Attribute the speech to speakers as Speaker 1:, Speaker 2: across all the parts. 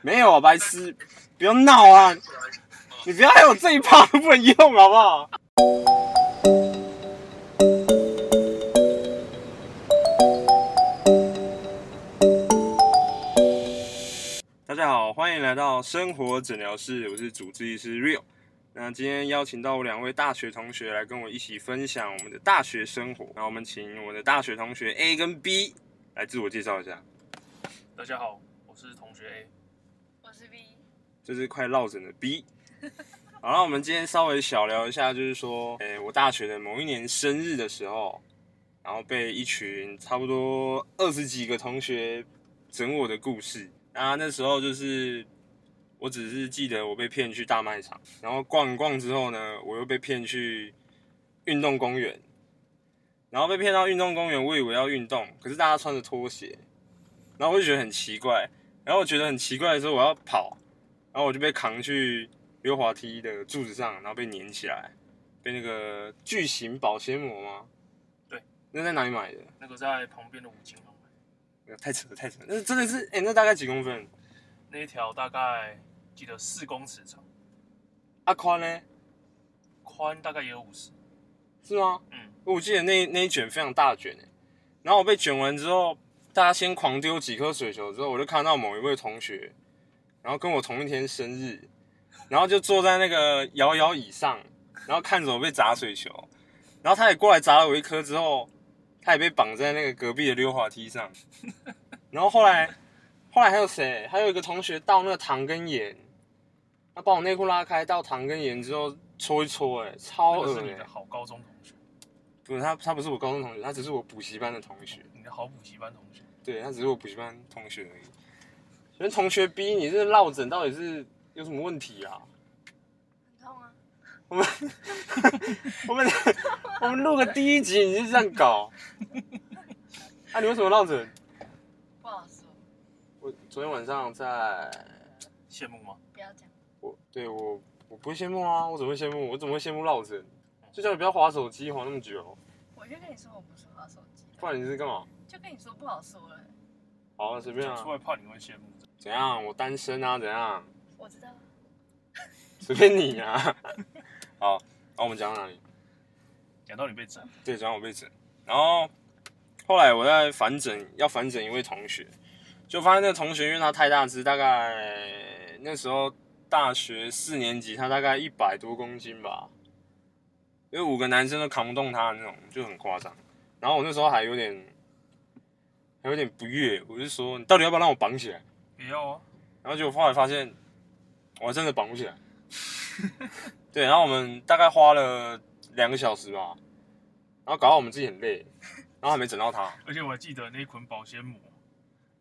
Speaker 1: 没有啊，白痴，不要闹啊！你不要还有这一趴都不能用，好不好？大家好，欢迎来到生活诊疗室，我是主治医师 Real。那今天邀请到我两位大学同学来跟我一起分享我们的大学生活。那我们请我的大学同学 A 跟 B 来自我介绍一下。
Speaker 2: 大家好，我是同学 A。
Speaker 3: 我是 V，
Speaker 1: 就是快落枕的 B。好了，那我们今天稍微小聊一下，就是说，诶、我大学的某一年生日的时候，然后被一群差不多二十几个同学整我的故事。那那时候就是，我只是记得我被骗去大卖场，然后逛一逛之后呢，我又被骗去运动公园，然后被骗到运动公园，我以为要运动，可是大家穿着拖鞋，然后我就觉得很奇怪，然后我觉得很奇怪的时候，我要跑，然后我就被扛去溜滑梯的柱子上，然后被粘起来，被那个巨型保鲜膜吗？
Speaker 2: 对，
Speaker 1: 那在哪里买的？
Speaker 2: 那个在旁边的五金行买，
Speaker 1: 那太扯了，太扯了，那真的是，哎、那大概几公分？
Speaker 2: 那一条大概记得四公尺长，
Speaker 1: 阿宽呢？
Speaker 2: 宽大概也有五十。
Speaker 1: 是吗？
Speaker 2: 嗯，
Speaker 1: 我记得那那一卷非常大卷诶，然后我被卷完之后，大家先狂丢几颗水球之后，我就看到某一位同学，然后跟我同一天生日，然后就坐在那个摇摇椅上，然后看着我被砸水球，然后他也过来砸了我一颗之后，他也被绑在那个隔壁的溜滑梯上，然后后来 后来还有谁？还有一个同学倒那个糖跟盐，他把我内裤拉开倒糖跟盐之后搓一搓，哎，超
Speaker 2: 那
Speaker 1: 恶
Speaker 2: 个是
Speaker 1: 心
Speaker 2: 你。的好高中同学，
Speaker 1: 不是他，他不是我高中同学，他只是我补习班的同学。
Speaker 2: 你的好补习班同学。
Speaker 1: 对，他只是我补习班同学而已。人同学 B，你这落枕到底是有什么问题啊？
Speaker 3: 很痛啊！
Speaker 1: 我们我们录个第一集你就这样搞，啊，你为什么落枕？
Speaker 3: 不好说，
Speaker 1: 我昨天晚上在，
Speaker 2: 羡慕吗？
Speaker 3: 不要讲。
Speaker 1: 我对我我不会羡慕啊，我怎么会羡慕？我怎么会羡慕落枕？就叫你不要划手机划那么久，
Speaker 3: 我就跟你说我不是滑手机的，
Speaker 1: 不然你是干嘛？
Speaker 3: 就跟你说不好说了。
Speaker 1: 好、啊，随便
Speaker 2: 讲出
Speaker 1: 啊，
Speaker 2: 来怕你会羡慕。
Speaker 1: 怎样？我单身啊，怎样？
Speaker 3: 我知道，
Speaker 1: 随便你啊。 好，那、我们讲到哪里？
Speaker 2: 讲到你被整，
Speaker 1: 对，转我被整，然后后来我在反整，要反整一位同学，就发现那个同学因为他太大只，大概那时候大学四年级，他大概一百多公斤吧，因为五个男生都扛不动他的那种，就很夸张。然后我那时候还有点还有点不悦，我就说你到底要不要让我绑起来？
Speaker 2: 也要啊。
Speaker 1: 然后结果后来发现，我还真的绑不起来。 对，然后我们大概花了两个小时吧，然后搞到我们自己很累，然后还没整到他。
Speaker 2: 而且我还记得那一捆保鲜膜，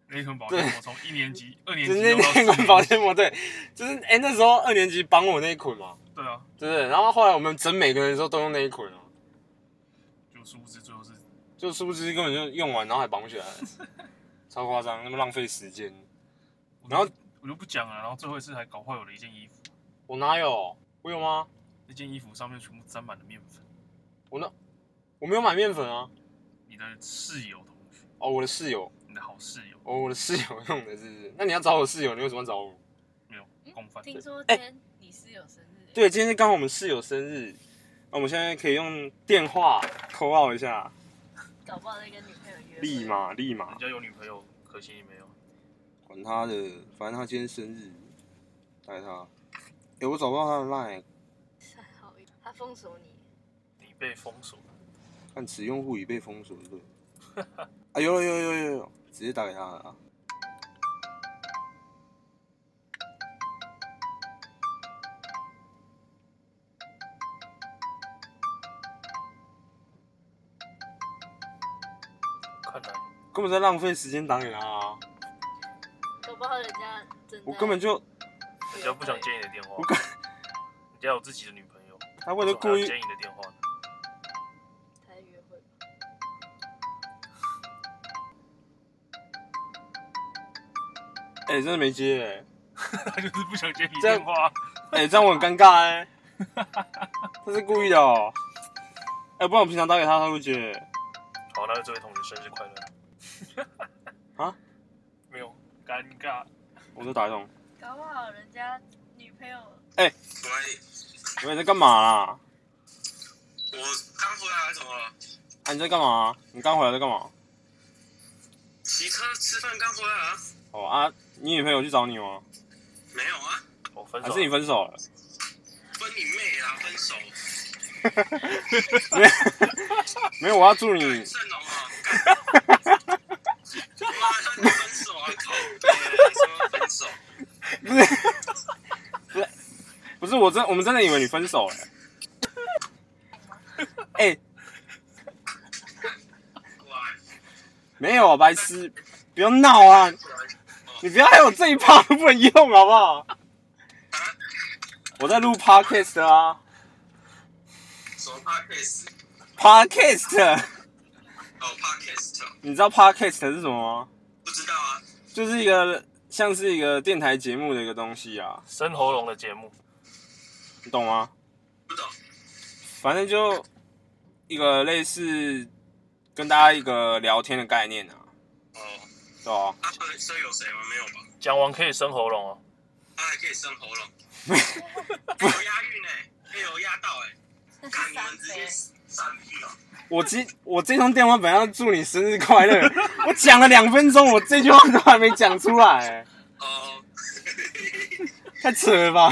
Speaker 2: 那一捆保鲜膜从一年 级、二年
Speaker 1: 就
Speaker 2: 级
Speaker 1: 是那
Speaker 2: 用到四
Speaker 1: 那
Speaker 2: 年
Speaker 1: 捆
Speaker 2: 级
Speaker 1: 保鲜膜，对，就是哎、那时候二年级绑我那一捆嘛，
Speaker 2: 对啊，
Speaker 1: 对不对？然后后来我们整每个人的时候都用那一捆啊，
Speaker 2: 就殊不知最后是
Speaker 1: 就殊不知根本就用完，然后还绑不起来， 超夸张，那么浪费时间。
Speaker 2: 我
Speaker 1: 然后
Speaker 2: 就我就不讲了，然后最后一次还搞坏我的一件衣服，
Speaker 1: 我哪有？我有吗？
Speaker 2: 那件衣服上面全部沾满了面粉。
Speaker 1: 我那我没有买面粉啊。
Speaker 2: 你的室友同学，
Speaker 1: 哦，我的室友，
Speaker 2: 你的好室友，
Speaker 1: 哦，我的室友用的是不是？那你要找我室友，你为什么要找我？
Speaker 2: 没有共犯。
Speaker 3: 听说今天你室友生日、欸，
Speaker 1: 哎对，今天是刚好我们室友生日，那我们现在可以用电话扣号一下，
Speaker 3: 搞不好在跟女朋友约会。
Speaker 1: 立？马立马
Speaker 2: 人，家有女朋友，可惜你没有。
Speaker 1: 管他的，反正他今天生日，带他。哎、我找不到他的 line，
Speaker 3: 还好一点，他封锁你，
Speaker 2: 你被封锁了，
Speaker 1: 看此用户已被封锁，对。 啊，有了有了有了有有，直接打给他了啊。
Speaker 2: 看来
Speaker 1: 根本在浪费时间打给他啊！
Speaker 3: 搞不好人家真的。
Speaker 1: 我根本就，
Speaker 2: 啊人家不想接你的电话
Speaker 1: 我，
Speaker 2: 人家有自己的女朋友，
Speaker 1: 他为
Speaker 2: 为
Speaker 1: 了
Speaker 2: 什么还
Speaker 1: 故
Speaker 2: 要
Speaker 1: 意
Speaker 2: 接你的 电话呢？
Speaker 3: 才约会吧。
Speaker 1: 哎、真的没接哎、
Speaker 2: 他就是不想接你
Speaker 1: 这样
Speaker 2: 电话。
Speaker 1: 哎、这样我很尴尬哎、他是故意的哦、哎、不然我平常打给他，他会接、
Speaker 2: 好，那就这位同学生日快乐。
Speaker 1: 啊？
Speaker 2: 没有，尴尬。
Speaker 1: 我都打一通。
Speaker 3: 搞不好人家女朋友
Speaker 4: 喂，
Speaker 1: 喂，你在干嘛啦？
Speaker 4: 我刚回来，怎么了？
Speaker 1: 啊，你在干嘛？你刚回来在干嘛？
Speaker 4: 骑车吃饭刚回来啊？
Speaker 1: 哦啊，你女朋友去找你吗？
Speaker 4: 没有啊，
Speaker 5: 我分
Speaker 1: 还
Speaker 5: 手
Speaker 1: 是你分手了？
Speaker 4: 分你妹啊！分手，
Speaker 1: 没有，我 要祝你，
Speaker 4: 圣龙啊！干妈的，你分手啊！靠，什么分手？
Speaker 1: 不是，不是，不是，我真我们真的以为你分手了、 哎、
Speaker 4: 哇！
Speaker 1: 没有，啊白痴，不要闹啊！你不要还有这一趴都不能用，好不好？我在录 podcast 啊
Speaker 4: 什么 podcast？
Speaker 1: ，podcast，
Speaker 4: 哦，podcast，
Speaker 1: 你知道 podcast 是什么吗？
Speaker 4: 不知道啊。
Speaker 1: 就是一个像是一个电台节目的一个东西啊，
Speaker 5: 生喉咙的节目，
Speaker 1: 你懂吗？
Speaker 4: 不懂，
Speaker 1: 反正就一个类似跟大家一个聊天的概念啊，
Speaker 4: 哦，
Speaker 1: 对 吧？
Speaker 4: 啊，所以所以有谁吗？没有吧？
Speaker 5: 讲完可以生喉咙哦。
Speaker 4: 他还可以生喉咙，有押韵哎、欸，有押到哎、
Speaker 3: 那
Speaker 4: 看
Speaker 3: 是
Speaker 4: 你
Speaker 3: 三
Speaker 4: 们直接
Speaker 3: 杯，
Speaker 4: 三 P 哦，
Speaker 1: 我今我这通电话本来要祝你生日快乐， 我讲了两分钟，我这句话都还没讲出来、
Speaker 4: 哦，
Speaker 1: 太扯了吧！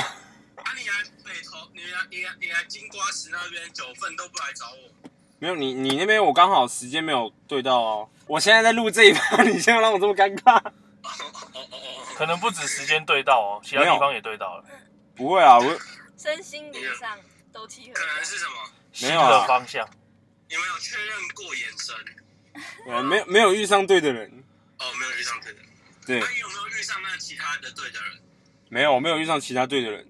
Speaker 4: 啊你还北投，你还你还你还金瓜石那边九份都不来找我，
Speaker 1: 没有你，你那边我刚好时间没有对到哦。我现在在录这一趴，你现在让我这么尴尬？
Speaker 4: 哦哦哦哦哦，
Speaker 5: 可能不止时间对到哦，其他
Speaker 1: 没有
Speaker 5: 地方也对到了，
Speaker 1: 不会啊，我
Speaker 3: 身心灵上都契合
Speaker 4: 可。能是什么？
Speaker 5: 新
Speaker 1: 没有啊
Speaker 5: 的方向。
Speaker 4: 你们有确认过眼神？
Speaker 1: 呃没有没有遇上对的人，
Speaker 4: 哦，没有遇上对的人。
Speaker 1: 对
Speaker 4: 那、，你有没有遇上那其他的对的人？
Speaker 1: 没有没有遇上其他对的人。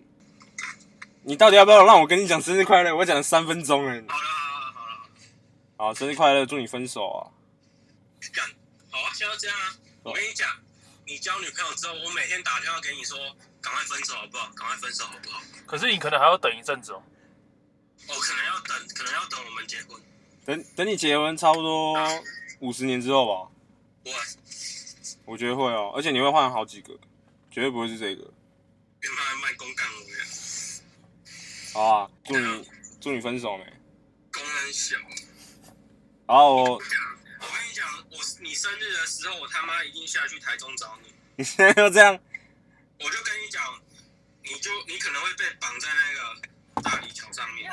Speaker 1: 你到底要不要让我跟你讲生日快乐？我讲了三分钟了。
Speaker 4: 好了好了好了好了，
Speaker 1: 好，生日快乐，祝你分手啊！
Speaker 4: 干，好啊，现在就这样啊。我跟你讲，你交女朋友之后，我每天打电话给你说，赶快分手好不好？赶快分手好不好？
Speaker 5: 可是你可能还要等一阵子哦。
Speaker 4: 我、可能要等，可能要等我们结婚。
Speaker 1: 等等你结婚差不多五十年之后吧，
Speaker 4: 我
Speaker 1: 我觉得会哦，而且你会换好几个，绝对不会是这个。
Speaker 4: 原来卖公干我呀，
Speaker 1: 好啊，祝你祝你分手没？
Speaker 4: 公很小。
Speaker 1: 然后我
Speaker 4: 我跟你讲，我你生日的时候，我他妈一定下去台中找你。
Speaker 1: 你现在又这样，
Speaker 4: 我就跟你讲，你就你可能会被绑在那个大理桥上面，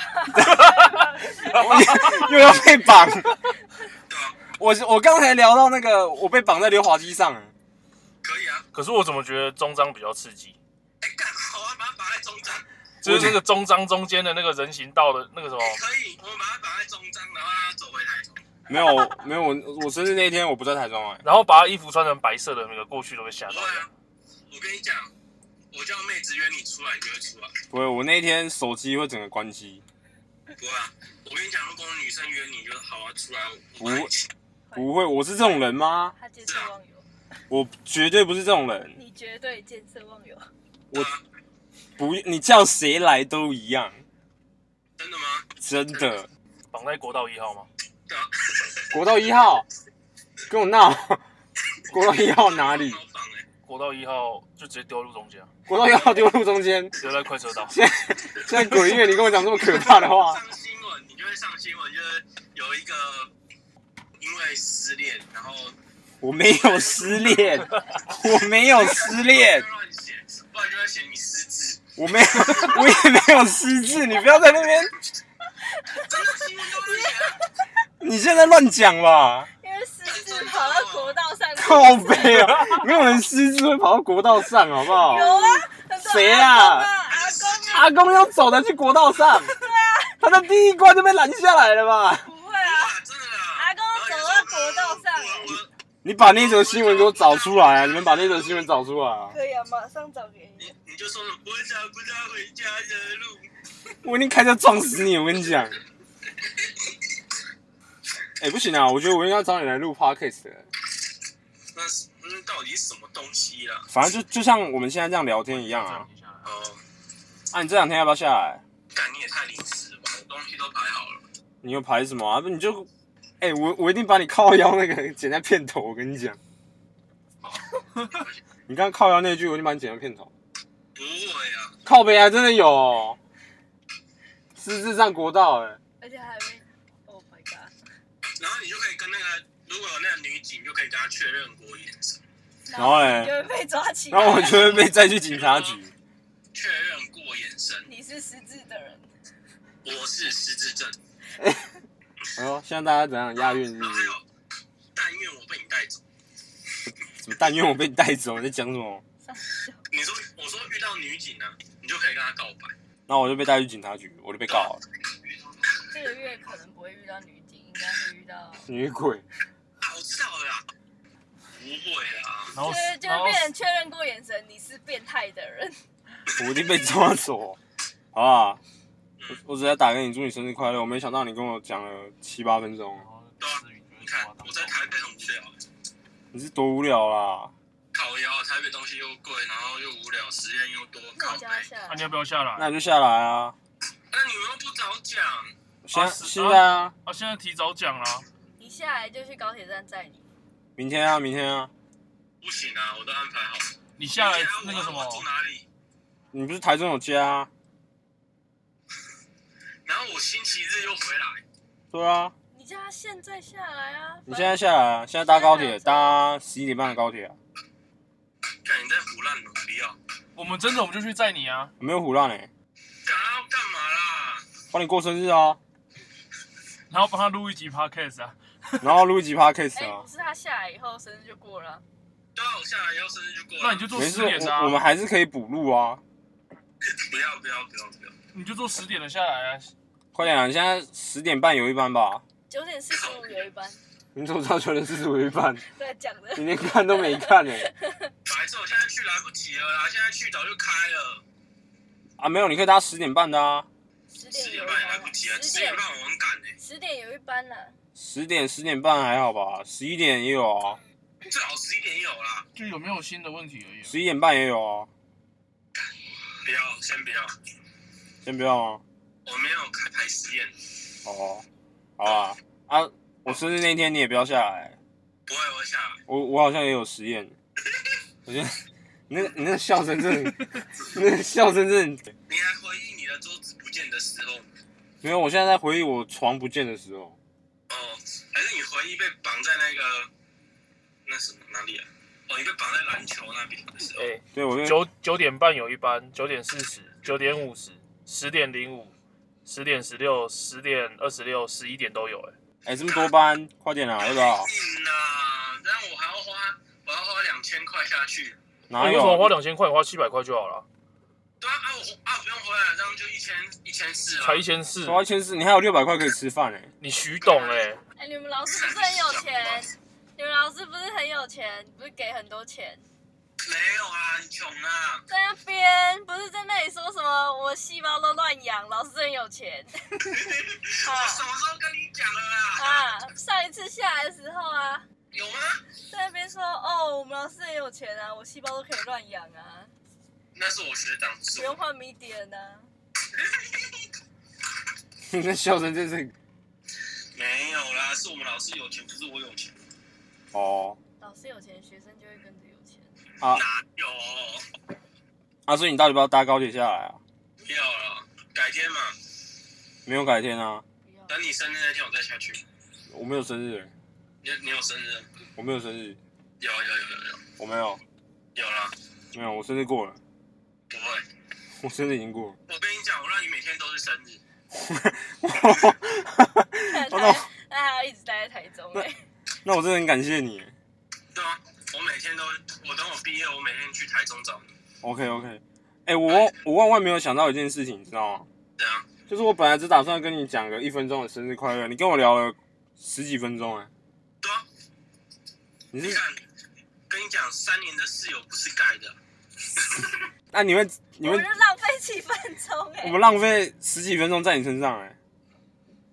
Speaker 1: 又要被绑。
Speaker 4: 对吧、
Speaker 1: 我是我刚才聊到那个，我被绑在溜滑梯上了。
Speaker 4: 可以啊。
Speaker 5: 可是我怎么觉得中章比较刺激？
Speaker 4: 哎、干好啊，把它绑在中章。
Speaker 5: 就是那个中章中间的那个人行道的那个什么
Speaker 1: 哦
Speaker 4: 哎、，可以，我们把它绑在中章，然后让它走回台中。
Speaker 1: 没有没有，我我生日那一天我不在台中哎、
Speaker 5: 然后把他衣服穿成白色的那个过去都被吓到
Speaker 4: 不会
Speaker 5: 了
Speaker 4: 啊。，我跟你讲，我叫妹子约你出来，你就会出来。
Speaker 1: 不会，我那一天手机会整个关机，
Speaker 4: 不会啊，我跟你讲，如果女生约你，就好啊，出来。我
Speaker 1: 不会
Speaker 4: 我
Speaker 1: 不会，我是这种人吗？
Speaker 3: 他见色忘友，
Speaker 1: 我绝对不是这种人，
Speaker 3: 你绝对见色忘友。
Speaker 1: 我
Speaker 4: 对啊
Speaker 1: 不，你叫谁来都一样，
Speaker 4: 真的吗？
Speaker 1: 真的。
Speaker 5: 绑在国道一号吗？
Speaker 4: 对啊。
Speaker 1: 国道一号，跟我闹，国道一号哪里？
Speaker 4: 我绑哎、
Speaker 5: 国道一号就直接丢路中间啊，
Speaker 1: 国道一号丢路中间。
Speaker 5: 丢在快车道。
Speaker 1: 现在鬼月，你跟我讲这么可怕的话，
Speaker 4: 上新闻，你就会上新闻，就是有一个因为失恋，然后
Speaker 1: 我没有失恋，我没有失恋
Speaker 4: 不然就。乱写，不然就会写你失智。
Speaker 1: 我没有，我也没有失智，你不要在那边，
Speaker 4: 真的新闻都乱写啊，
Speaker 1: 你现在乱讲吧，
Speaker 3: 因为狮子跑到国道上去，
Speaker 1: 靠背啊，没有人失智会跑到国道上，好不好
Speaker 3: 有？啊，很多
Speaker 1: 谁啊
Speaker 3: 阿公啊？阿公啊，
Speaker 1: 阿公要走的去国道上，对啊，他的第一关就被拦下来了吧？
Speaker 3: 不会啊，
Speaker 4: 哇，真的啊！
Speaker 3: 阿公走到国道上
Speaker 4: 我我
Speaker 1: 你把那则新闻给我找出来啊！你们把那则新闻找出来啊！
Speaker 3: 可以啊，马上找给你
Speaker 4: 你。你就说什么我找不到回家的路，
Speaker 1: 我一定开车撞死你！我跟你讲，哎、不行啊，我觉得我应该找你来录 podcast 的。
Speaker 4: 那是那到底是什么东西啦？
Speaker 1: 反正就就像我们现在这样聊天一样啊
Speaker 2: 暂。停下来
Speaker 4: 哦，
Speaker 1: 啊，你这两天要不要下来？
Speaker 4: 干你也太临时了吧，我东西都排好了。
Speaker 1: 你有排什么啊？不，你就，哎、我我一定把你靠腰那个剪在片头。我跟你讲，
Speaker 4: 哦，
Speaker 1: 你刚刚靠腰那句，我就把你剪在片头。靠北还真的有、哦，狮子上国道哎、
Speaker 3: 而且还没，Oh my god，
Speaker 4: 然后你就可以跟那个如果有那个女警，就可以跟她确认过眼神，
Speaker 1: 然后嘞
Speaker 3: 你就会被抓起来。
Speaker 1: 然后我就会被载去警察局。
Speaker 4: 确认过眼神，
Speaker 3: 你是失智的人，
Speaker 4: 我是失智症。
Speaker 1: 哎呦，现在大家怎样押韵是不
Speaker 4: 然后还
Speaker 1: 是？
Speaker 4: 有，但愿我被你带走。
Speaker 1: 什么但愿我被你带走，你在讲什么？
Speaker 3: 上校
Speaker 4: 你说，我说遇到女警呢、你就可以跟她告白。
Speaker 1: 然后我就被带去警察局，我就被告了，
Speaker 3: 这个月可能不会遇到女警，应该会遇到，
Speaker 1: 女鬼。
Speaker 4: 啊，我知道了啦，不会啊啦，
Speaker 5: 然
Speaker 3: 就
Speaker 5: 后
Speaker 3: 是就
Speaker 5: 然后
Speaker 3: 是被人确认过眼神，你是变态的人。
Speaker 1: 我一定被抓走，好吧？我我只在打给你，祝你生日快乐。我没想到你跟我讲了七八分钟，
Speaker 5: 然后思雨就
Speaker 4: 你
Speaker 5: 会
Speaker 4: 看
Speaker 5: 抓到
Speaker 4: 我在台北很无聊，
Speaker 1: 你是多无聊啦！
Speaker 4: 烤窑台北东西又贵，然后又无聊，实验又多，靠
Speaker 3: 那
Speaker 4: 北
Speaker 3: 加。下
Speaker 5: 那你要不要下
Speaker 1: 那
Speaker 5: 来？
Speaker 1: 你就下来啊！
Speaker 4: 那你们又不早讲，
Speaker 1: 现在
Speaker 5: 啊是
Speaker 1: 现在啊，
Speaker 5: 啊，现在提早讲啦，
Speaker 3: 你下来就去高铁站载你。
Speaker 1: 明天啊，明天啊，
Speaker 4: 不行啊，我都安排好。
Speaker 5: 你下来
Speaker 4: 你看
Speaker 5: 那个什
Speaker 4: 我
Speaker 5: 么
Speaker 4: 要住哪里？
Speaker 1: 你不是台中有家、啊？
Speaker 4: 然后我星期日又回来，
Speaker 1: 对啊，
Speaker 3: 你叫他现在下来啊！
Speaker 1: 你现在下来啊，现在搭高铁，搭十一点半的高铁啊，
Speaker 4: 看你在胡乱努力哦。
Speaker 5: 我们真的我们就去载你啊。
Speaker 1: 没有胡乱哎、
Speaker 4: 干要干嘛啦？
Speaker 1: 帮你过生日啊，
Speaker 5: 然后帮他录一集 podcast 啊，
Speaker 1: 然后录一集 podcast
Speaker 3: 哎、
Speaker 1: 啊
Speaker 3: 不。是他下来以后生日就过了啊，
Speaker 4: 对啊，我下来要生日就过了。
Speaker 5: 那你就做
Speaker 1: 没
Speaker 5: 十
Speaker 1: 事，
Speaker 5: 点的、
Speaker 1: 我我们
Speaker 5: 啊，
Speaker 1: 还是可以补录啊。
Speaker 4: 不要不要不要不要，
Speaker 5: 你就做十点的下来啊。
Speaker 1: 快点啊，你现在十点半有一班吧？
Speaker 3: 九点四十五有一班，
Speaker 1: 你怎么知道九点四十五有一 班？
Speaker 3: 对，讲的。
Speaker 1: 你连看都没看呢、
Speaker 4: 白痴，我哦现在去来不及了啦，现在去早就开了，
Speaker 1: 啊，没有，你可以搭十点半的啊，
Speaker 3: 十
Speaker 4: 十
Speaker 3: 点有
Speaker 4: 点
Speaker 3: 一
Speaker 4: 半也来
Speaker 3: 班
Speaker 4: 不
Speaker 3: 啊，
Speaker 4: 及啊，十
Speaker 3: 十
Speaker 4: 点
Speaker 3: 点
Speaker 4: 半我很赶哎，
Speaker 3: 十点有一班啊呢、
Speaker 1: 十点、十点半还好吧，十一点也有啊，
Speaker 4: 最好十一点也有啦。
Speaker 5: 就有没有新的问题而已、啊。
Speaker 1: 十一点半也有啊，
Speaker 4: 不要，先不要，
Speaker 1: 先不要啊。
Speaker 4: 我没有开排实验，
Speaker 1: 哦，好吧，啊，我生日那天你也不要下来，
Speaker 4: 不会，我会下来。
Speaker 1: 我我好像也有实验，我觉得你那个你那个笑声真的，你那个笑声真的，
Speaker 4: 你还回忆你的桌子不见的哦时候，
Speaker 1: 没有，我现在在回忆我床不见的时候，
Speaker 4: 哦，还是你回忆被绑在那个那什么哪里啊？哦，你被绑在篮球那边的时候，
Speaker 5: 哎、
Speaker 1: 对我就
Speaker 5: 九九点半有一班，九点四十、九点五十、十点零五、十点十六、十点二十六、十一点都有、哎，
Speaker 1: 哎、这么多班，快点啊，要不要？
Speaker 4: 硬哎啊！这样我还要花，我要花两千块下去。
Speaker 1: 哪
Speaker 5: 你为什么花
Speaker 1: 有？
Speaker 5: 两千块，花七百块就好了，
Speaker 4: 对啊，啊我啊不用回来，这样就一千一千四啊了。
Speaker 5: 才一千四。
Speaker 1: 花一千四，你还有六百块可以吃饭哎、
Speaker 5: 你徐董哎、
Speaker 3: 哎、你们老师不是很有钱？你们老师不是很有钱？不是给很多钱？
Speaker 4: 没有啊，你 穷啊！
Speaker 3: 在那边不是在那里说什么我细胞都乱养，老师真有钱啊
Speaker 4: 我什么时候跟你讲了啦？
Speaker 3: 啊！上一次下来的时候啊，
Speaker 4: 有吗？
Speaker 3: 在那边说哦，我们老师很有钱啊，我细胞都可以乱养啊，
Speaker 4: 那是我学长，不
Speaker 3: 不
Speaker 4: 是
Speaker 3: 用
Speaker 4: 我。
Speaker 3: 换啊 media 呢。
Speaker 1: 你 那笑声真是，
Speaker 4: 没有啦，是我们老师有钱，不是我有钱。
Speaker 1: 哦，
Speaker 3: 老师有钱，学生就会跟着有钱。
Speaker 1: 啊
Speaker 4: 哪有？
Speaker 1: 啊，所以你到底要不要搭高铁下来啊？
Speaker 4: 不要了，改天嘛，
Speaker 1: 没有改天啊，
Speaker 3: 不要，
Speaker 4: 等你生日那天我再下去。
Speaker 1: 我没有生日、欸，
Speaker 4: 你你有生日？
Speaker 1: 我没有生日，
Speaker 4: 有有有有有
Speaker 1: 我没有，
Speaker 4: 有啦，
Speaker 1: 没有，我生日过了，
Speaker 4: 不会。
Speaker 1: 我生日已经过 了。
Speaker 4: 我跟你讲，我让你每天都是生日。
Speaker 1: 哦那我
Speaker 3: 那还要一直待在台中哎、
Speaker 1: 那我真的很感谢你欸。
Speaker 4: 对啊，我每天都，我等我毕业，我每天去台中找你。
Speaker 1: OK OK，哎、我万我万万没有想到一件事情，你知道吗？
Speaker 4: 怎样？
Speaker 1: 就是我本来只打算跟你讲个一分钟的生日快乐，你跟我聊了十几分钟、哎，
Speaker 4: 对啊，
Speaker 1: 你
Speaker 4: 你
Speaker 1: 是
Speaker 4: 看，跟你讲，三年的室友不是盖的。
Speaker 1: 那、啊你们你
Speaker 3: 我
Speaker 1: 们
Speaker 3: 们就浪费七分钟哎、
Speaker 1: 我们浪费十几分钟在你身上、哎，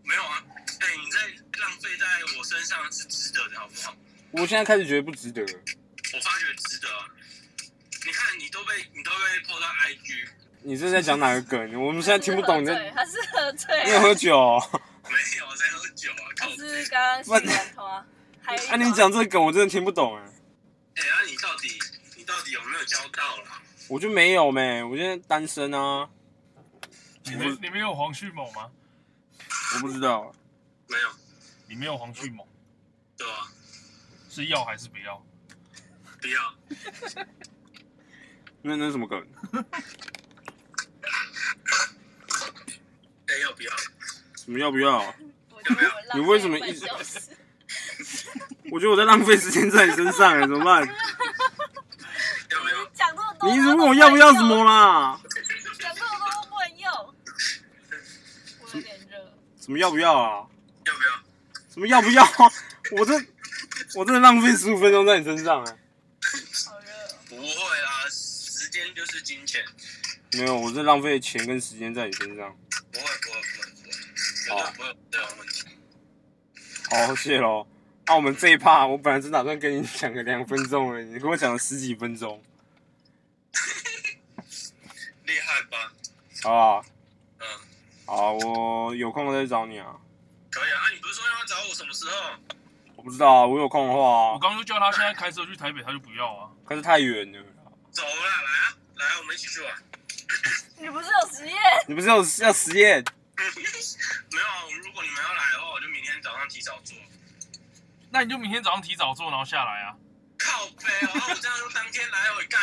Speaker 4: 没有啊，哎、你在浪费在我身上是值得的，好不好？
Speaker 1: 我现在开始觉得不值得了。
Speaker 4: 我发觉值得啊。你看，你都被你都被 PO 到 IG，
Speaker 1: 你这是在讲哪个梗？我们现在听不懂你在。
Speaker 3: 他是喝 醉
Speaker 1: 你有
Speaker 3: 了，
Speaker 1: 喝酒、哦？
Speaker 4: 没有在喝酒啊，
Speaker 3: 他
Speaker 4: 靠
Speaker 3: 是
Speaker 4: 北！
Speaker 3: 刚刚洗完头啊，还有一
Speaker 1: 哎、
Speaker 3: 头
Speaker 1: 你讲这个梗我真的听不懂哎、
Speaker 4: 哎、那、啊、你到底你你到底有没有交到啦？
Speaker 1: 我就没有没，我现在单身啊，
Speaker 2: 你们你们有黄旭猛吗？
Speaker 1: 我不知道，
Speaker 4: 没有，
Speaker 2: 你们有黄旭猛
Speaker 4: 对吧、
Speaker 1: 嗯
Speaker 2: 是要还是不要？
Speaker 4: 不要，
Speaker 1: 那那是什么梗？
Speaker 4: 哎、要不要？
Speaker 1: 什么要不要？
Speaker 3: 我觉得我浪费
Speaker 1: 你为什么
Speaker 3: 半
Speaker 1: 一直
Speaker 3: 小时
Speaker 1: 我觉得我在浪费时间在你身上，哎，怎么办？
Speaker 4: 要不要？
Speaker 3: 讲这么多，
Speaker 1: 你一直问我要不要什么？啦？
Speaker 3: 讲这么多都不能用，我有点热。
Speaker 1: 什么要不要啊？
Speaker 4: 要不要？
Speaker 1: 什么要不要？我这我真的浪费十五分钟在你身上哎、
Speaker 3: 好热哦，
Speaker 4: 不会啊，时间就是金钱，
Speaker 1: 没有，我是浪费钱跟时间在你身上。
Speaker 4: 不会，不会，不会，不会，绝对不会有这种问题。
Speaker 1: 好，谢喽。那、我们这一趴，我本来只打算跟你讲个两分钟而已，你跟我讲了十几分钟，
Speaker 4: 厉害吧？
Speaker 1: 好不好？
Speaker 4: 嗯，
Speaker 1: 好，我有空再找你啊。
Speaker 4: 可以啊。啊，你不是说要找我什么时候？
Speaker 1: 我不知道啊，我有空的话
Speaker 2: 我
Speaker 1: 啊，
Speaker 2: 刚刚就叫他现在开车去台北，他就不要啊。
Speaker 1: 可是太远了。
Speaker 4: 走啦，来啊，来啊，我们一起去玩。
Speaker 3: 你不是有实验？
Speaker 1: 你不是要要实验？
Speaker 4: 没有啊，如果你们要来的话，我就明天早上提早做。
Speaker 2: 那你就明天早上提早做，然后下来啊。
Speaker 4: 靠背哦，啊我这样就当天来回干，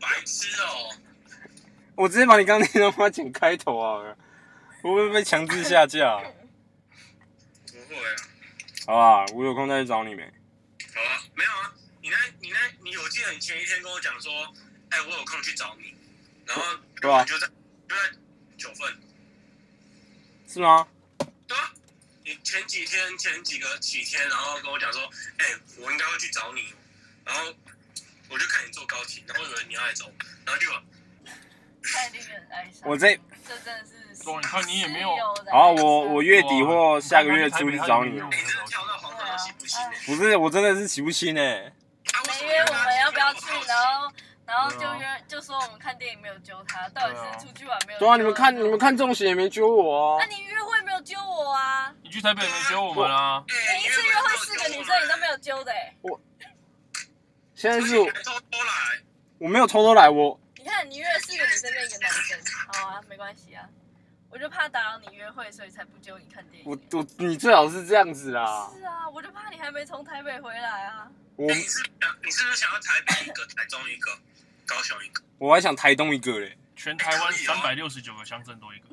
Speaker 4: 白痴哦。
Speaker 1: 我直接把你刚才那话剪开头啊！我会不会被强制下 架？
Speaker 4: 不会啊。
Speaker 1: 好吧，我有空再去找你没？
Speaker 4: 好啊，没有啊，你那、你那、你我记得你前一天跟我讲说，哎、我有空去找你，然后
Speaker 1: 对啊
Speaker 4: 你就在就在九份，
Speaker 1: 是吗？
Speaker 4: 对啊，你前几天前几个几天，然后跟我讲说，哎、我应该会去找你，然后我就看你坐高铁，然后以为你要来找我，然后就
Speaker 3: 哦太令人哀伤了。
Speaker 1: 我这
Speaker 3: 这真的是室
Speaker 2: 对
Speaker 3: 友
Speaker 2: 啊
Speaker 3: 的
Speaker 2: 你
Speaker 3: 哀伤，
Speaker 2: 看你也没有
Speaker 1: 好，我我月底或下个月初去找你。
Speaker 4: 哎、真的跳到黄河都洗不清呢、
Speaker 1: 不是，我真的是洗不清哎、
Speaker 4: 啊，为
Speaker 3: 哦
Speaker 4: 什
Speaker 3: 没
Speaker 4: 么
Speaker 3: 约我们要不要去，然后然后
Speaker 2: 对
Speaker 3: 就
Speaker 2: 啊
Speaker 3: 约就说我们看电影没有揪他，到底是出去玩没有？
Speaker 1: 对啊，你们看你们，看中邪也没揪我
Speaker 3: 那
Speaker 1: 啊。
Speaker 3: 你约会没有揪我啊？
Speaker 2: 你去台北也没揪我们啊？
Speaker 4: 哎、
Speaker 3: 每一次约会四个女生你都没
Speaker 4: 有，
Speaker 3: 有揪的欸，
Speaker 1: 现在
Speaker 4: 但
Speaker 1: 是
Speaker 4: 是
Speaker 1: 我
Speaker 4: 偷偷来，
Speaker 1: 我没有偷偷来，我
Speaker 3: 你看你约了四个女生跟一个男生，好啊，没关系啊，我就怕打扰你约会，所以才不揪你看电
Speaker 1: 我
Speaker 3: 影。
Speaker 1: 我你最好是这样子啦。
Speaker 3: 是啊，我就怕你还没从台北回来啊。
Speaker 1: 我
Speaker 4: 哎你是想你是不是想要台北一个、台中一个、高雄一个？
Speaker 1: 我还想台东一个嘞，
Speaker 2: 全台湾三百六十九个乡镇多一个。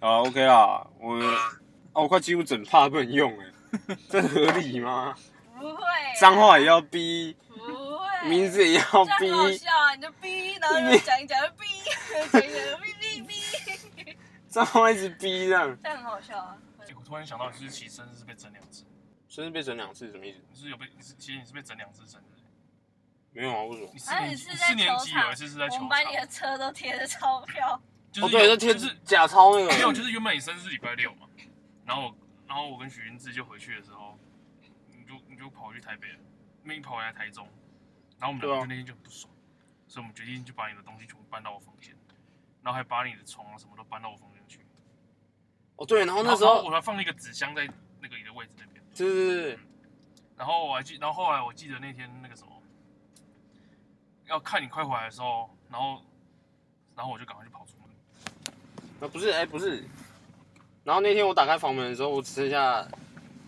Speaker 1: 啊 OK 啦，我
Speaker 4: 对啊
Speaker 1: 啊我快几乎整趴不能用哎、这合理吗？
Speaker 3: 不会啊，
Speaker 1: 脏话也要逼，
Speaker 3: 不会，
Speaker 1: 名字也要
Speaker 3: 这
Speaker 1: 逼
Speaker 3: 样很，好笑啊！你就逼，然后又讲一讲就逼，讲一讲就逼逼逼，
Speaker 1: 脏话一直逼这样。
Speaker 3: 这样很好笑啊！
Speaker 2: 哎我突然想到，你是其实生日是被整两次，
Speaker 1: 生日被整两次什么意思？
Speaker 2: 你是有被，你是其实你是被整两次生日。
Speaker 1: 没有啊，为什么
Speaker 2: 你？四
Speaker 3: 还有
Speaker 2: 年
Speaker 3: 一
Speaker 2: 级
Speaker 3: 次
Speaker 2: 你
Speaker 3: 在
Speaker 2: 四年
Speaker 3: 球
Speaker 2: 级有
Speaker 3: 场
Speaker 2: 一次是在，球场
Speaker 3: 我们，把你的车都贴着钞票，
Speaker 2: 就
Speaker 1: 哦，
Speaker 2: 是
Speaker 1: 对，
Speaker 2: 有
Speaker 1: 这贴
Speaker 2: 就是
Speaker 1: 假钞那
Speaker 2: 没有，
Speaker 1: 个。
Speaker 2: 就是原本你生日礼拜六嘛，然后我然后我跟许云志就回去的时候，你就你就跑去台北了，那你跑回来台中，然后我们
Speaker 1: 对啊
Speaker 2: 两个就那天就很不爽，所以我们决定就把你的东西全部搬到我房间，然后还把你的床啊什么都搬到我房间去。
Speaker 1: 哦，对，然后那时
Speaker 2: 然后
Speaker 1: 候
Speaker 2: 我还放了一个纸箱在那个你的位置那边，
Speaker 1: 就是
Speaker 2: 然后我还记，然后后来我记得那天那个什么，要看你快回来的时候，然后然后我就赶快就跑出门，
Speaker 1: 啊，不是，哎、不是。然后那天我打开房门的时候，我只剩下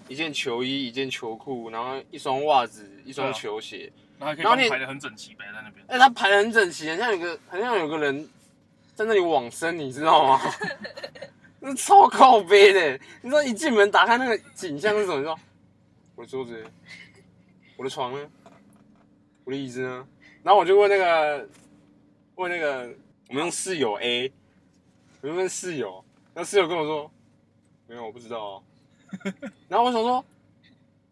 Speaker 1: 一件球衣、一件球裤，然后一双袜子、一双
Speaker 2: 对啊
Speaker 1: 球鞋。
Speaker 2: 然后还可以
Speaker 1: 然后
Speaker 2: 帮你
Speaker 1: 你
Speaker 2: 排的很整齐，摆在那边。
Speaker 1: 哎、它排的很整齐，很像有个，很像有个人在那里往生，你知道吗？ 那超靠背的，你知道一进门打开那个景象是什么？你知道？我的桌子呢，我的床呢，我的椅子呢？然后我就问那个，问那个，我们用室友 A，我就问室友，那室友跟我说，没有，我不知道、啊。然后我想说，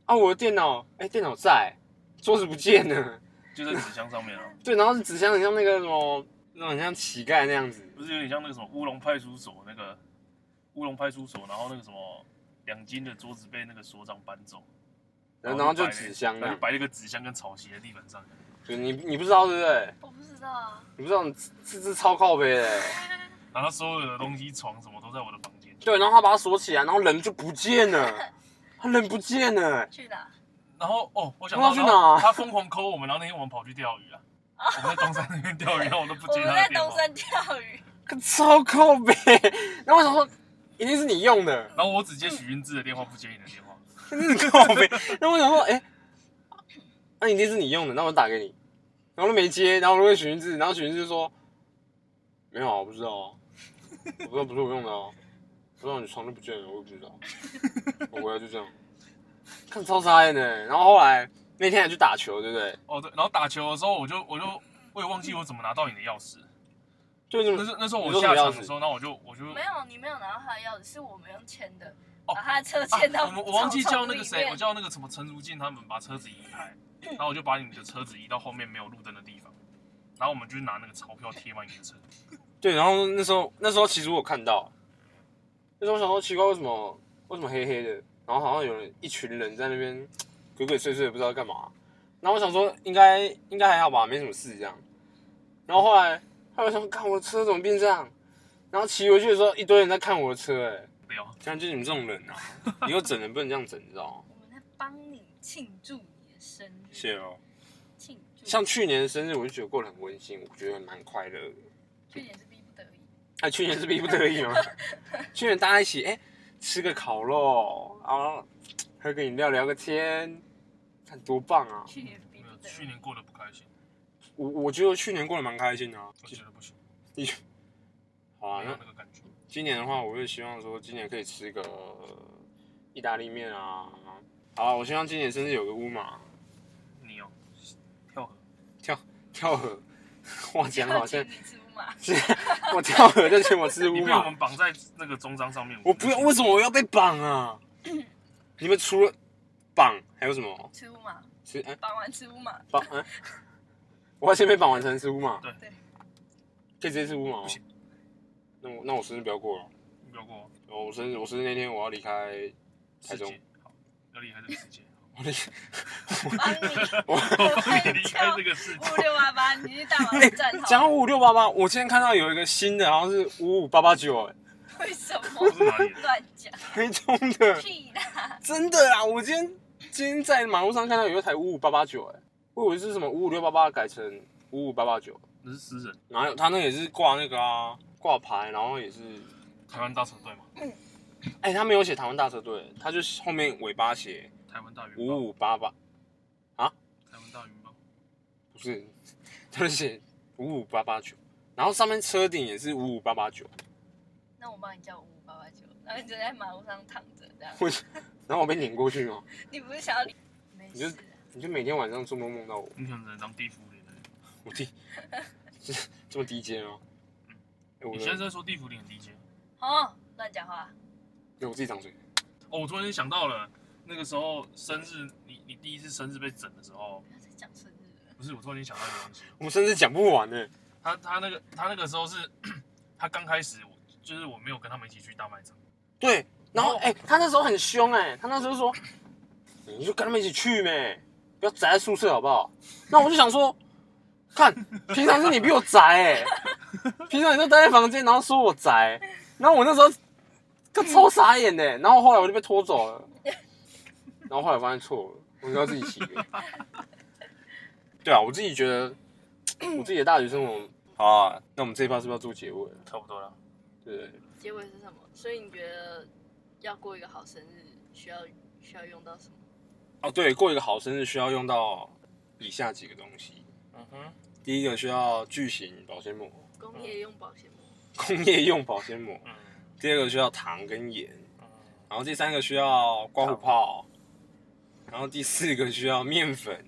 Speaker 1: 啊，我的电脑，哎、电脑在，桌子不见了。
Speaker 2: 就在纸箱 上面啊，
Speaker 1: 对，然后纸箱很像那个什么，那种很像乞丐那样子。
Speaker 2: 不是有点像那个什么乌龙派出所那个乌龙派出所，然后那个什么两金的桌子被那个所长搬走，
Speaker 1: 然后然后就
Speaker 2: 摆了
Speaker 1: 纸箱这啊
Speaker 2: 然后
Speaker 1: 样
Speaker 2: 就，摆了一个纸箱跟草鞋在地板上，
Speaker 1: 就你你不知道对不对？
Speaker 3: 我不知道啊。
Speaker 1: 你不知道你这这超靠背的。
Speaker 2: 然后所有的东西床什么都在我的房间，
Speaker 1: 对，然后他把它锁起来，然后人就不见了，他人不见了。
Speaker 3: 去哪？
Speaker 2: 然后哦，我想
Speaker 1: 那
Speaker 2: 到
Speaker 1: 要去
Speaker 2: 然后
Speaker 1: 哪
Speaker 2: 他疯狂抠我们，然后那天我们跑去钓鱼啊，我们在东山那边钓鱼，然后我都不
Speaker 3: 我
Speaker 2: 接
Speaker 3: 们
Speaker 2: 他
Speaker 3: 在
Speaker 2: 的电
Speaker 3: 东
Speaker 2: 话。
Speaker 3: 山钓鱼，
Speaker 1: 干超靠背。 然后我想说，一定是你用的，
Speaker 2: 然后我只接许云志的电话，不接你的电话。
Speaker 1: 真是靠背。然后我想说，哎、那、一定是你用的，那我打给你。然后都没接，然后我就问许云志，然后许云志就说，没有啊，我不知道啊，我不知道不是我用的啊，不知道你床就不见了，我也不知道。我回来就这样，看超傻眼的。然后后来那天还去打球，对不对？
Speaker 2: 哦对，然后打球的时候我就我就我也忘记我怎么拿到你的钥匙，
Speaker 1: 就这
Speaker 2: 那
Speaker 1: 么
Speaker 2: 是那时候
Speaker 1: 你
Speaker 2: 我
Speaker 1: 说什么
Speaker 2: 下场
Speaker 1: 钥匙
Speaker 2: 的时候，那我就我就
Speaker 3: 没有，你没有拿到他的钥匙，是我们用签的，
Speaker 2: 哦
Speaker 3: 把他的车
Speaker 2: 啊
Speaker 3: 签到、
Speaker 2: 我们我忘记叫那个
Speaker 3: 草丛里
Speaker 2: 谁，
Speaker 3: 面
Speaker 2: 我叫那个什么陈如静他们把车子移开，然后我就把你们的车子移到后面没有路灯的地方，然后我们就拿那个钞票贴满你的车，
Speaker 1: 对，然后那时候那时候其实我有看到，那时候我想说奇怪，为什么为什么黑黑的，然后好像有人一群人在那边鬼鬼祟祟的不知道干嘛。然后我想说应该应该还好吧，没什么事这样。然后后来后来我想说，看我的车怎么变这样？然后骑回去的时候，一堆人在看我的车、哎，
Speaker 2: 不要，
Speaker 1: 像就你们这种人啊，你又整人不能这样整，你知道吗？
Speaker 3: 我们在帮你庆祝你的生日，
Speaker 1: 谢哦。
Speaker 3: 庆祝。
Speaker 1: 像去年的生日，我就觉得过得很温馨，我觉得蛮快乐的。
Speaker 3: 去年是逼不得已，
Speaker 1: 啊，去年是逼不得 已嘛，去年大家一起哎、吃个烤肉，然后喝个饮料聊个天，看多棒啊！
Speaker 3: 去年是逼不得
Speaker 2: 去
Speaker 3: 已。
Speaker 2: 年过得不开心，
Speaker 1: 我我觉得去年过得蛮开心的、啊。
Speaker 2: 我觉得不行，
Speaker 1: 好啊，
Speaker 2: 没有
Speaker 1: 那
Speaker 2: 那个感觉。
Speaker 1: 今年的话，我就希望说今年可以吃个意大利面啊。好啊，我希望今年生日有个乌马
Speaker 2: 你哦，跳河，
Speaker 1: 跳河，哇，讲好像
Speaker 3: 请你出马，
Speaker 1: 是我跳河就请我吃
Speaker 2: 你
Speaker 1: 乌
Speaker 2: 被我
Speaker 1: 马，
Speaker 2: 们绑在那个中章上面，
Speaker 1: 啊我不要，为什么我要被绑啊？你们除了绑还有什么？
Speaker 3: 出马，
Speaker 1: 吃哎。
Speaker 3: 绑完出马，
Speaker 1: 绑，哎， 我要先被绑完才能吃乌马。
Speaker 2: 对
Speaker 3: 对
Speaker 1: 可以直接吃乌马哦
Speaker 2: 不行。
Speaker 1: 那我那我生日不要过了。
Speaker 2: 你不要过啊
Speaker 1: 哦我生日我生日那天我要离开台
Speaker 2: 世
Speaker 1: 中
Speaker 2: 界，好，要离开这个 世界，
Speaker 3: 帮你，
Speaker 2: 我帮你
Speaker 3: 我
Speaker 2: 离开这个世界。
Speaker 3: 五六八八，你去大马站
Speaker 1: 讲
Speaker 3: 好
Speaker 1: 到
Speaker 3: 了。
Speaker 1: 五六八八，我今天看到有一个新的，好像是五五八八九，哎，
Speaker 3: 为什
Speaker 2: 不是
Speaker 3: 么
Speaker 2: 哪里的？
Speaker 3: 乱讲？
Speaker 1: 台中的，
Speaker 3: 屁啦！
Speaker 1: 真的啦！我今天今天在马路上看到有一台五五八八九，哎，我以为是什么五五六八八改成五五八八九，
Speaker 2: 那是私人
Speaker 1: 哪有？他那也是挂那个啊，挂牌，然后也是，
Speaker 2: 台湾大车队嘛，
Speaker 1: 哎、他没有写台湾大车队，他就后面尾巴写
Speaker 2: 台湾大云豹，
Speaker 1: 五五八八，
Speaker 2: 台湾大云豹，
Speaker 1: 不是， 他就写五五八八九，然后上面车顶也是五五八八九，
Speaker 3: 那我帮你叫五五八八九，然后你就在马路上躺着这样。
Speaker 1: 我 然后我被撵过去嘛，
Speaker 3: 你不是想要你？没
Speaker 1: 你就
Speaker 3: 事，
Speaker 1: 你就每天晚上做梦梦到我，
Speaker 2: 你可能只能当地府里的人。
Speaker 1: 我弟 这这么低阶吗？哎我
Speaker 2: 你
Speaker 1: 的
Speaker 2: 现在在说地府里很低阶？
Speaker 3: 哦，乱讲话。
Speaker 1: 哎我自己长嘴，
Speaker 2: 哦，我突然间想到了，那个时候生日，你你第一次生日被整的时候，
Speaker 3: 不要再讲生日了。
Speaker 2: 不是我突然间想到一个东西，
Speaker 1: 我们甚至讲不完呢、
Speaker 2: 他他那个他那个时候是，他刚开始我就是我没有跟他们一起去大卖场，
Speaker 1: 对，然后
Speaker 2: 然后
Speaker 1: 哎、他那时候很凶哎、他那时候说，你就跟他们一起去呗，不要宅在宿舍好不好？那我就想说，看，平常是你比我宅哎、平常你都待在房间，然后说我宅，然后我那时候更超傻眼的、然后后来我就被拖走了，然后后来发现错了，我应该自己骑的。对啊，我自己觉得 我自己的大学生活。好啊，那我们这一趴是不是要做结尾了？
Speaker 2: 差不多了。
Speaker 1: 对不对？
Speaker 3: 结尾是什么？所以你觉得要过一个好生日，需要需要用到什么？
Speaker 1: 哦，对，过一个好生日需要用到以下几个东西。
Speaker 5: 嗯哼，
Speaker 1: 第一个需要巨型保鲜膜，
Speaker 3: 工
Speaker 1: 嗯
Speaker 3: 业用保鲜膜，
Speaker 1: 工业用保鲜膜；
Speaker 5: 嗯
Speaker 1: 第二个需要糖跟盐，
Speaker 5: 嗯，
Speaker 1: 然后第三个需要刮胡泡，然后第四个需要面粉，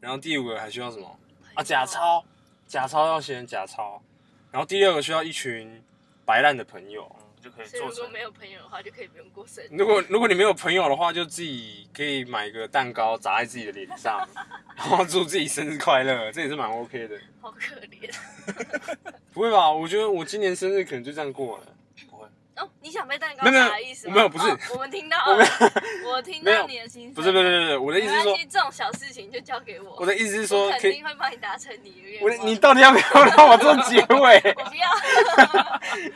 Speaker 1: 然后第五个还需要什么啊？假钞，假钞要先假钞，然后第六个需要一群白烂的朋友。
Speaker 5: 嗯就可以
Speaker 3: 所以
Speaker 5: 做
Speaker 3: 如果
Speaker 5: 成
Speaker 3: 没有朋友的话，就可以不用过生日。
Speaker 1: 如果如果你没有朋友的话，就自己可以买个蛋糕砸在自己的脸上，然后祝自己生日快乐，这也是蛮 OK 的。
Speaker 3: 好可怜
Speaker 1: 不会吧？我觉得我今年生日可能就这样过 了。
Speaker 5: 不会，
Speaker 3: 哦！你想被蛋糕
Speaker 1: 没有没有
Speaker 3: 砸的意思吗？
Speaker 1: 我没有不是
Speaker 3: 哦我们听到了， 我听
Speaker 1: 没有
Speaker 3: 到你的心声。
Speaker 1: 不是不是不是不是，我的
Speaker 3: 没
Speaker 1: 意思是
Speaker 3: 关
Speaker 1: 说
Speaker 3: 系，，这种小事情就交给我。
Speaker 1: 我的意思是说
Speaker 3: 我，
Speaker 1: 可
Speaker 3: 肯
Speaker 1: 以
Speaker 3: 定，会帮你达成你的愿
Speaker 1: 我
Speaker 3: 望。
Speaker 1: 的你到底要不要让我做结尾？
Speaker 3: 我不要，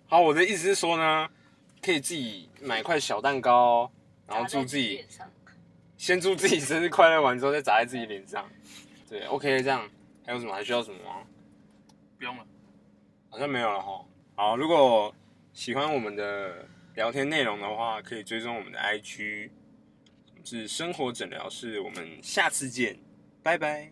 Speaker 1: 好，我的意思是说呢，可以自己买块小蛋糕，然后祝自己
Speaker 3: 脸上。
Speaker 1: 先祝自己生日快乐完之后再砸在自己脸上。对，OK，这样还有什么还需要什么吗？
Speaker 2: 不用了，
Speaker 1: 好像没有了哈。好，如果喜欢我们的聊天内容的话，可以追踪我们的 IG，是生活诊疗室。我们下次见，拜拜。